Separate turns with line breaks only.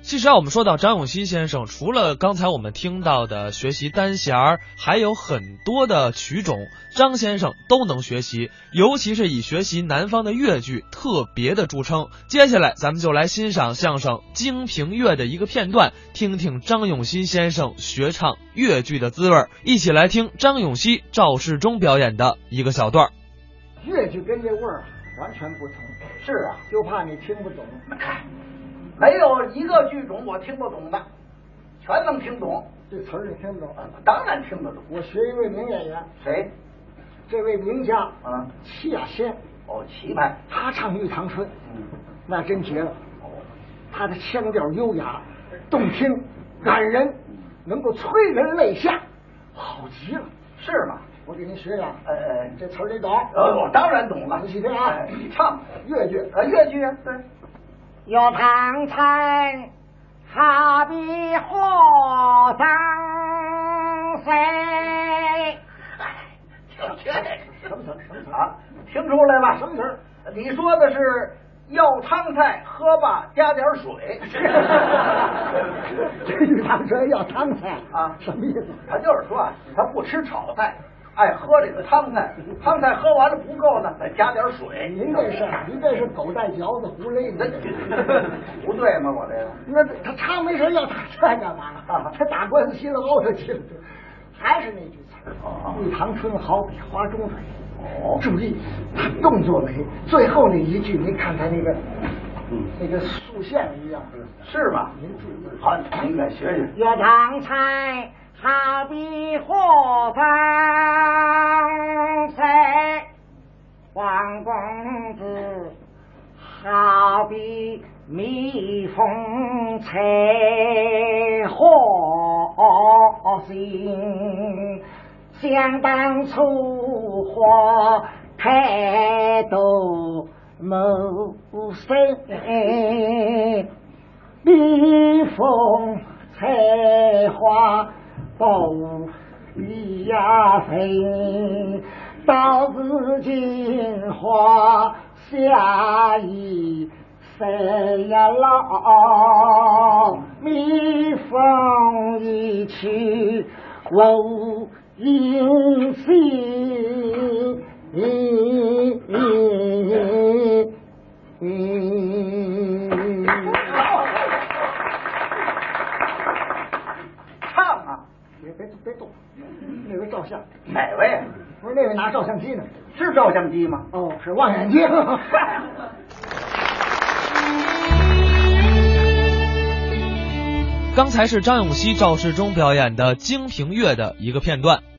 其实啊，我们说到张永熙先生，除了刚才我们听到的学习单弦儿，还有很多的曲种，张先生都能学习，尤其是以学习南方的越剧特别的著称。接下来，咱们就来欣赏相声《京平乐》的一个片段，听听张永熙先生学唱越剧的滋味儿。一起来听张永熙、赵世忠表演的一个小段儿。
越剧跟这味儿完全不同，
是啊，
就怕你听不懂。
没有一个剧种我听不懂的，全能听懂，
这词儿你听不懂啊？
当然听得懂。
我学一位名演员，
谁？
这位名家
啊，
戚雅仙，
哦，齐派。
他唱《玉堂春》，
嗯，
那真绝了。
哦，
他的腔调优雅、动听、感人，
嗯
能够催人泪下，好极了。
是吗？
我给您学学啊，
呃呃
这词儿你懂？
呃，我当然懂了。
仔细听啊
哎你唱
越剧
呃，越剧啊，对。
玉堂春，好比火上飞。
哎，就这个
什么词儿什么词儿
啊？听出来吧？
什么词儿？
你说的是要汤菜，喝吧，加点 水。
这玉堂春要汤菜
啊
什么意思？
他就是说啊，他不吃炒菜，爱喝这个 汤菜，汤菜喝完了不够呢，再加点水。
您这是您这是狗带嚼子胡勒
那
呢？
不对吗？我这个。
那他他没事要打架干嘛？
啊
他打官司稀里凹的去了，还是那句词
哦
儿：“玉堂春好比花中水。”
哦
注意他动作没，最后那一句，您看他那个
嗯，
那个竖线一样。
是吧？
您注意
好，您再学学。
玉堂春，好比火上飞。王公子，好比蜜蜂采花心，想当初花太多无声。蜜蜂采花不一分，到如今花下一谁呀老？蜜蜂一去无音信。
唱啊，
别别别动，那位照相，
哪位啊？
不是那位拿照相机呢？
是照相机吗？
哦，是望远镜。
刚才是张永熙、赵世忠表演的《京平乐》的一个片段。